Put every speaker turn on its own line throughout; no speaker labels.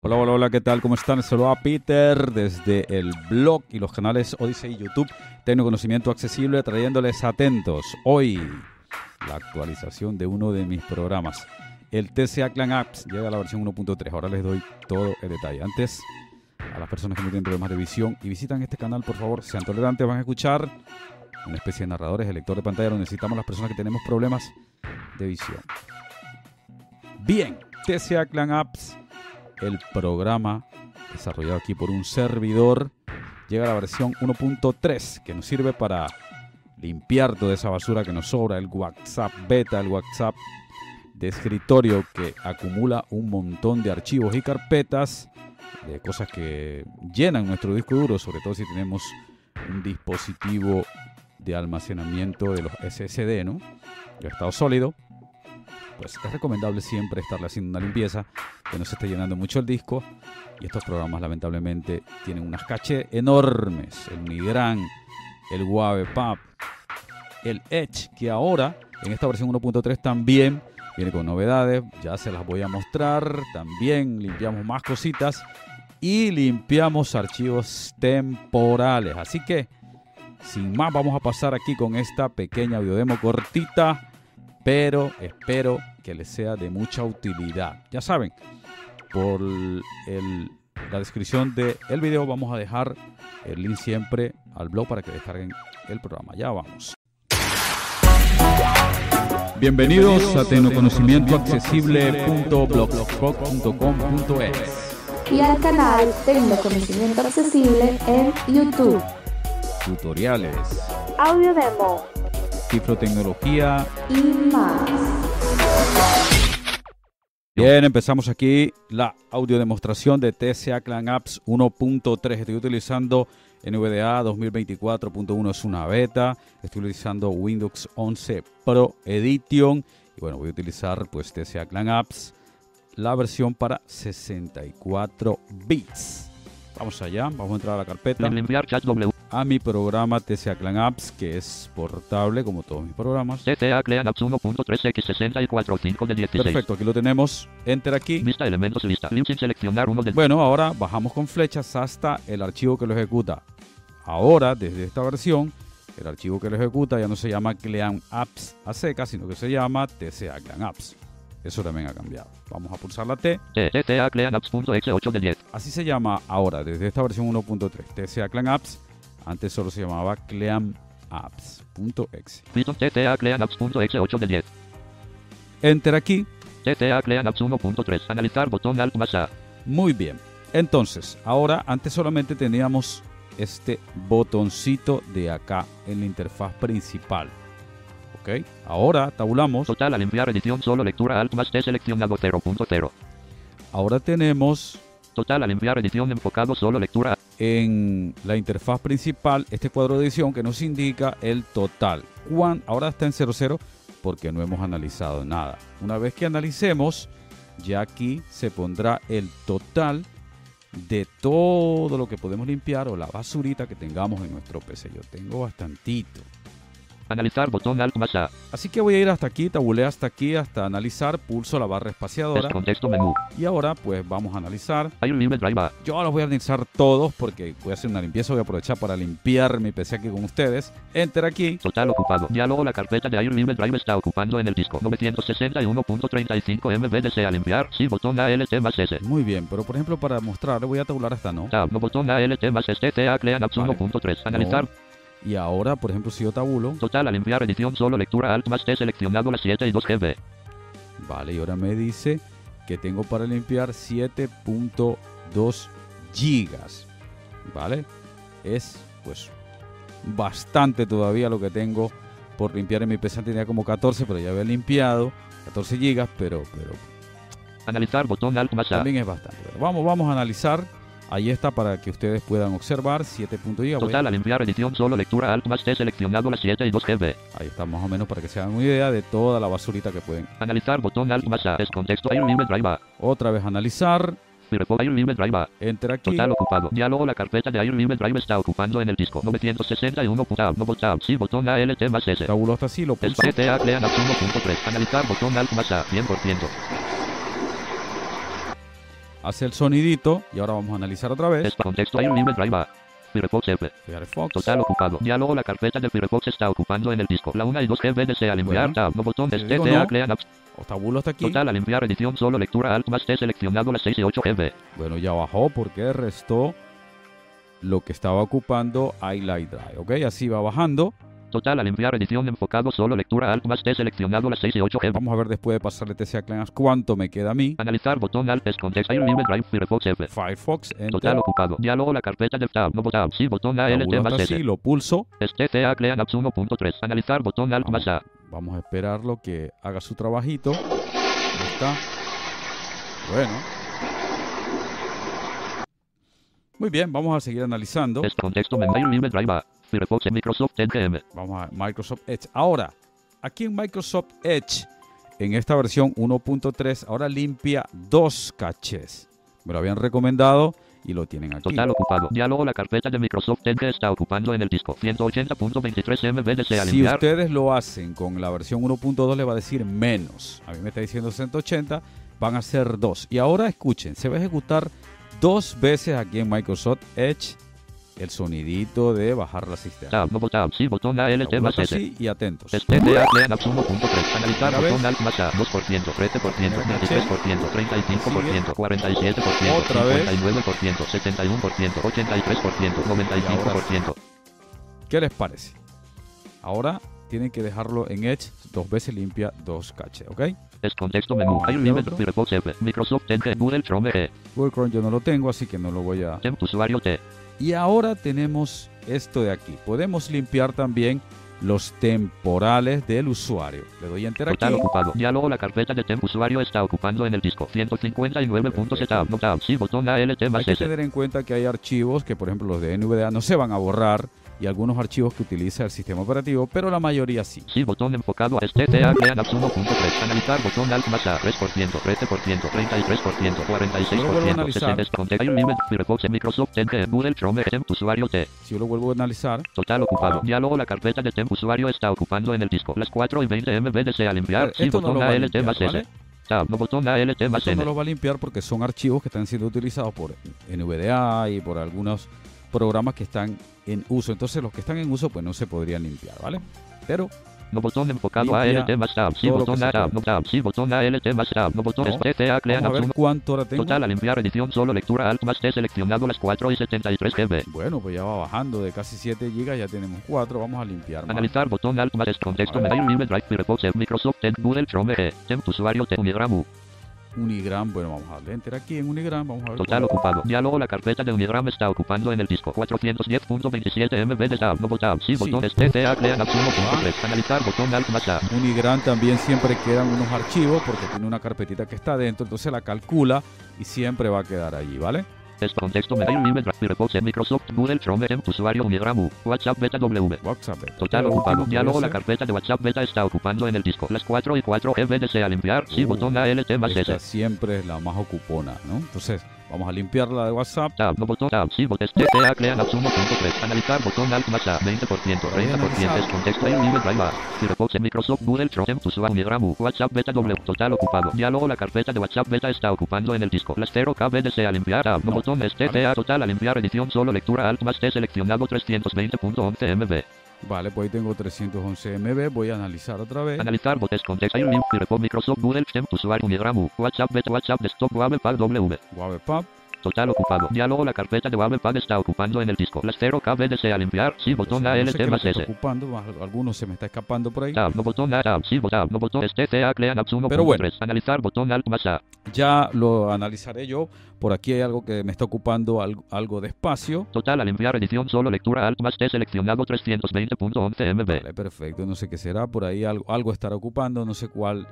Hola, hola, hola, ¿qué tal? ¿Cómo están? Saluda Peter desde el blog y los canales Odyssey y YouTube. Tengo conocimiento accesible trayéndoles atentos. Hoy, la actualización de uno de mis programas. El TCA Clan Apps llega a la versión 1.3. Ahora les doy todo el detalle. Antes, a las personas que no tienen problemas de visión y visitan este canal, por favor, sean tolerantes, van a escuchar una especie de narradores, el lector de pantalla, donde necesitamos las personas que tenemos problemas de visión. Bien, TCA Clan Apps el programa desarrollado aquí por un servidor llega a la versión 1.3 que nos sirve para limpiar toda esa basura que nos sobra, el WhatsApp beta, el WhatsApp de escritorio que acumula un montón de archivos y carpetas de cosas que llenan nuestro disco duro, sobre todo si tenemos un dispositivo de almacenamiento de los SSD, ¿no? De estado sólido pues es recomendable siempre estarle haciendo una limpieza, que no se esté llenando mucho el disco. Y estos programas lamentablemente tienen unas caché enormes. El Migran, el Guave Pub, el Edge, que ahora en esta versión 1.3 también viene con novedades. Ya se las voy a mostrar. También limpiamos más cositas y limpiamos archivos temporales. Así que, sin más, vamos a pasar aquí con esta pequeña videodemo cortita pero espero que les sea de mucha utilidad. Ya saben, por el, la descripción del de video vamos a dejar el link siempre al blog para que descarguen el programa. Ya vamos.
Bienvenidos, Bienvenidos a tecnoconocimientoaccesible.blogspot.com.es
y al canal Tecnoconocimiento Accesible en YouTube.
Tutoriales.
Audio demo
cifrotecnología
y más.
Bien, empezamos aquí la audiodemostración de TCA Clan Apps 1.3. Estoy utilizando NVDA 2024.1, es una beta. Estoy utilizando Windows 11 Pro Edition. Y bueno, voy a utilizar pues TCA Clan Apps, la versión para 64 bits. Vamos allá, vamos a entrar a la carpeta.
Enviar chat w
a mi programa TCA Clan Apps, que es portable como todos mis programas.
TCA Clan Apps 1.3x64 de 16.
Perfecto, aquí lo tenemos. Enter aquí.
Vista elementos lista. Link sin seleccionar uno del...
Bueno, ahora bajamos con flechas hasta el archivo que lo ejecuta. Ahora, desde esta versión, el archivo que lo ejecuta ya no se llama Clan Apps a seca, sino que se llama TCA Clan Apps. Eso también ha cambiado. Vamos a pulsar la T.
TCA Clan Apps.exe 8 de 10.
Así se llama ahora, desde esta versión 1.3. TCA Clan Apps. Antes solo se llamaba cleanapps.exe.
Python TTA cleanapps.exe 8 de 10.
Enter aquí.
TTA cleanapps 1.3. Analizar botón alt más A.
Muy bien. Entonces, ahora antes solamente teníamos este botoncito de acá en la interfaz principal. ¿Ok? Ahora tabulamos.
Total al enviar edición solo lectura alt más T seleccionado 0.0.
Ahora tenemos
Total al enviar edición enfocado solo lectura.
En la interfaz principal, este cuadro de edición que nos indica el total. Juan, ahora está en 00 porque no hemos analizado nada. Una vez que analicemos, ya aquí se pondrá el total de todo lo que podemos limpiar o la basurita que tengamos en nuestro PC. Yo tengo bastantito.
Analizar botón alt más A.
Así que voy a ir hasta aquí, tabulé hasta aquí, hasta analizar, pulso la barra espaciadora.
Contexto menú.
Y ahora pues vamos a analizar.
Hay un libre drive.
Yo los voy a analizar todos porque voy a hacer una limpieza, voy a aprovechar para limpiar mi PC aquí con ustedes. Enter aquí.
Total ocupado. Diálogo, la carpeta de Air Libre Drive está ocupando en el disco 961.35 MB al enviar. Sí, botón ALT más S.
Muy bien, pero por ejemplo para mostrar voy a tabular hasta no.
Tab, no botón ALT más S, TA, clean apps 1.3. Analizar.
Y ahora, por ejemplo, si yo tabulo.
Total al enviar edición solo lectura alt más T seleccionado las 7 y 2 GB.
Vale, y ahora me dice que tengo para limpiar 7.2 gigas. Vale, es pues bastante todavía lo que tengo por limpiar en mi PC. Tenía como 14, pero ya había limpiado 14 gigas, pero, pero.
Analizar botón alt más A.
También es bastante. Pero vamos, vamos a analizar. Ahí está para que ustedes puedan observar 7. .1.
Total al enviar edición solo lectura alt más T seleccionado las 7 y 2 GB.
Ahí está más o menos para que se hagan una idea de toda la basurita que pueden.
Analizar botón alt más A es contexto Air Drive.
Otra vez analizar.
Firefox Air Drive.
Entra aquí.
Total ocupado. Diálogo la carpeta de Air Drive está ocupando en el disco 961 tab, no tab, sí botón ALT más S.
Tabulo hasta así lo
pulso. GTA Clean 1.3. Analizar botón alt más A 100%.
hace el sonidito y ahora vamos a analizar otra vez.
Esta contexto Iron Maiden Drive A. Firefox F.
Firefox.
Total ocupado. Diálogo la carpeta de Firefox está ocupando en el disco. La 1 y 2 GB desean enviar
Bueno.
tab. No botón
Te
de
digo
TTA
no.
crean apps.
Octabulo está aquí.
Total al enviar edición solo lectura alt más T seleccionado las 6 y 8 GB.
Bueno, ya bajó porque restó lo que estaba ocupando iLight Drive. Ok, así va bajando.
Total al enviar edición enfocado solo lectura alt más T seleccionado las 6 y 8 GB.
Vamos a ver después de pasarle TCA Cleaners cuánto me queda a mí.
Analizar botón alt es contexto Iron Maiden Drive Firefox F.
Firefox, Enter.
Total ocupado. Diálogo la carpeta de tab. No tab. Sí botón ALT
Tabulo
más
hasta así,
S.
lo pulso.
Es TCA crean apps 1.3. Analizar botón alt más A.
Vamos a esperarlo que haga su trabajito. Ahí está. Bueno. Muy bien, vamos a seguir analizando.
Es Este contexto Memory Libre Drive A. Firefox en Microsoft NGM.
Vamos a Microsoft Edge. Ahora, aquí en Microsoft Edge, en esta versión 1.3, ahora limpia dos caches. Me lo habían recomendado y lo tienen aquí.
Total ocupado. Diálogo la carpeta de Microsoft Edge está ocupando en el disco. 180.23 MB desea
Si
limpiar.
ustedes lo hacen con la versión 1.2 le va a decir menos. A mí me está diciendo 180, van a ser dos. Y ahora escuchen, se va a ejecutar dos veces aquí en Microsoft Edge el sonidito de bajar la cisterna.
Tab, no tab, sí, botón ALT
Tabulo
más
hasta
S.
así y atentos.
STDA crean apps 1.3. Analizar
Otra vez.
botón alt más A. 2%, 13%, 23%, 35%, 47%,
Otra vez.
59%, 71%, 83%, 95%.
¿Qué les parece? Ahora tienen que dejarlo en Edge dos veces limpia, dos caches, ¿ok?
Es contexto menú.
Vamos a
Hay
ver
nivel
otro.
Firefox F. Microsoft Edge, Google Chrome E.
Google Chrome yo no lo tengo, así que no lo voy a...
Temp usuario T.
Y ahora tenemos esto de aquí. Podemos limpiar también los temporales del usuario. Le doy enter aquí.
Total ocupado. Diálogo la carpeta de temp usuario está ocupando en el disco. 159.z no tab. Sí, botón ALT
Hay
más
que
S.
tener en cuenta que hay archivos que, por ejemplo, los de NVDA no se van a borrar y algunos archivos que utiliza el sistema operativo, pero la mayoría sí.
Sí, botón enfocado a STCA crean apps 1.3. Analizar botón alt más A. 3%, 13%, 33%,
Luego vuelvo a
46%.
analizar.
60 contexto. Hay un nivel Firefox en Microsoft Edge, Google Chrome temp usuario T.
Si yo lo vuelvo a analizar,
Total ocupado. Diálogo la carpeta de temp usuario está ocupando en el disco. Las 4 y 20 MB desea limpiar. Sí,
esto no
botón
lo va a
ALT
limpiar,
más
¿vale?
S. Tab, no botón ALT más
Esto no
N.
los va a limpiar porque son archivos que están siendo utilizados por NVDA y por algunos programas que están en uso. Entonces los que están en uso pues no se podrían limpiar, ¿vale? Pero
No botón enfocado a
Limpia
ALT más tab. Sí,
todo lo que
botón
se
A tab.
puede.
No tab. Sí, botón ALT más tab. No botón
No.
SPCA crean
vamos a ver
absurdo.
cuánto ahora tengo.
Total al enviar edición solo lectura alt más T seleccionado las 4 y 73 GB.
Bueno, pues ya va bajando de casi 7 GB, ya tenemos 4, vamos a limpiar más.
Analizar botón alt más es contexto
A ver.
menú libre drive Firefox en Microsoft en Google Chrome G. Temp usuario T Unigramu.
Unigram, bueno, vamos a darle enter aquí en Unigram, vamos a ver.
Total
cuánto.
ocupado. Diálogo la carpeta de Unigram está ocupando en el disco 410.27 MB de tab. No tab. Sí,
Sí. Ah.
botón SPCA crean apps 1.3. Analizar botón alt más tab.
Unigram también siempre quedan unos archivos porque tiene una carpetita que está dentro, entonces la calcula y siempre va a quedar allí, ¿vale?
Es contexto menú libre drive Firefox en Microsoft Google Chrome Temp usuario Unigramu. WhatsApp beta W.
WhatsApp.
Total
Lo último
ocupado.
que
Diálogo
voy a
la
hacer,
carpeta de WhatsApp beta está ocupando en el disco. Las 4 y 4 GB desea limpiar. Sí,
Uh,
botón ALT más
esta
S.
siempre es la más ocupona, ¿no? Entonces, vamos a limpiarla de WhatsApp.
Tab, no botón tab, sí, botón este, TTA crean apps 1.3. Analizar botón alt más A. 20%, 30% es
analizar.
contexto en nivel drive A. Firefox en Microsoft Google Chrome en usuario Unigramu. WhatsApp beta W. Total ocupado. Diálogo la carpeta de WhatsApp beta está ocupando en el disco. Las 0 KB desea limpiar. Tab, no
No.
botón es TTA total este, a limpiar edición solo lectura alt más T seleccionado 320.11 MB.
Vale, pues ahí tengo 311 MB. Voy a analizar otra vez.
Analizar botes con texto Link Firefox Microsoft Google Stem usuario Unigramu WhatsApp Bet WhatsApp Desktop WavePad W
Guavepap.
Total ocupado Diálogo la carpeta de WavePad está ocupando en el disco Las 0 KB desea limpiar Sí botón
Entonces, no sé
ALT
qué es lo
más
que está
S
ocupando, más algunos se me está escapando por ahí.
Tab no botón A Tab Sí botón no botón Este STCA crean apps 1.3
Pero bueno.
Analizar botón Alt más A
Ya lo analizaré yo. Por aquí hay algo que me está ocupando al- algo de espacio.
Total a limpiar edición solo lectura Alt más T seleccionado 320.11 MB
Vale, perfecto. No sé qué será. Por ahí algo, algo estará ocupando. No sé cuál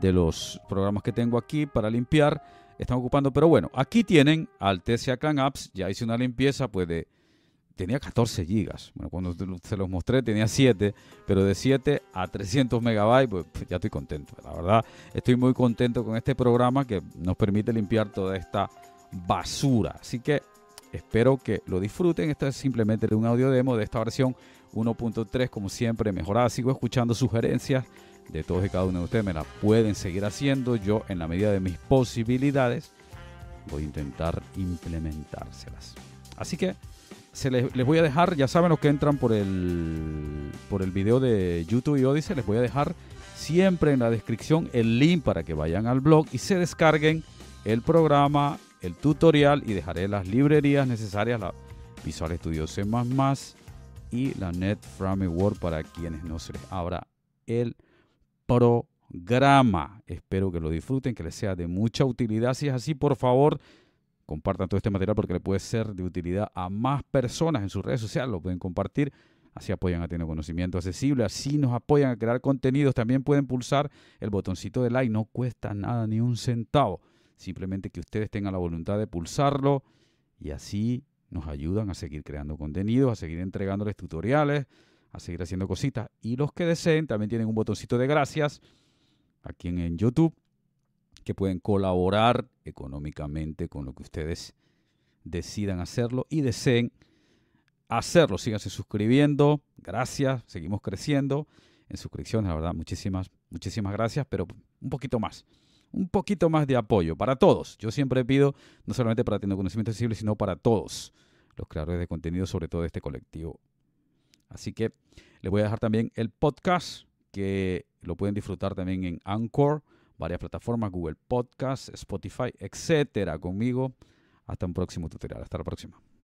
de los programas que tengo aquí para limpiar están ocupando. Pero bueno, aquí tienen al TCA Clan Apps. Ya hice una limpieza, pues de. Tenía 14 gigas. Bueno, cuando te lo- se los mostré tenía 7, pero de 7 a 300 megabytes, pues pf, ya estoy contento. La verdad, estoy muy contento con este programa que nos permite limpiar toda esta basura. Así que espero que lo disfruten. Esto es simplemente un audio demo de esta versión 1.3, como siempre, mejorada. Sigo escuchando sugerencias de todos y cada uno de ustedes. Me las pueden seguir haciendo yo en la medida de mis posibilidades. voy a intentar implementárselas. Así que se les, les voy a dejar, ya saben los que entran por el, por el video de YouTube y Odyssey, les voy a dejar siempre en la descripción el link para que vayan al blog y se descarguen el programa, el tutorial y dejaré las librerías necesarias, la Visual Studio C++ y la Net Framework para quienes no se les abra el programa. Espero que lo disfruten, que les sea de mucha utilidad. Si es así, por favor, compartan todo este material porque le puede ser de utilidad a más personas en sus redes sociales. Lo pueden compartir. Así apoyan a Tiene Conocimiento Accesible, así nos apoyan a crear contenidos. También pueden pulsar el botoncito de like, no cuesta nada ni un centavo. Simplemente que ustedes tengan la voluntad de pulsarlo y así nos ayudan a seguir creando contenidos, a seguir entregándoles tutoriales, a seguir haciendo cositas. Y los que deseen también tienen un botoncito de gracias aquí en, en YouTube que pueden colaborar económicamente con lo que ustedes decidan hacerlo y deseen hacerlo. Síganse suscribiendo. Gracias. Seguimos creciendo en suscripciones, la verdad. Muchísimas, muchísimas gracias, pero un poquito más. Un poquito más de apoyo para todos. Yo siempre pido, no solamente para tener conocimiento accesible, sino para todos los creadores de contenido, sobre todo de este colectivo. Así que les voy a dejar también el podcast, que lo pueden disfrutar también en Anchor, varias plataformas, Google Podcast, Spotify, etcétera, conmigo. Hasta un próximo tutorial. Hasta la próxima.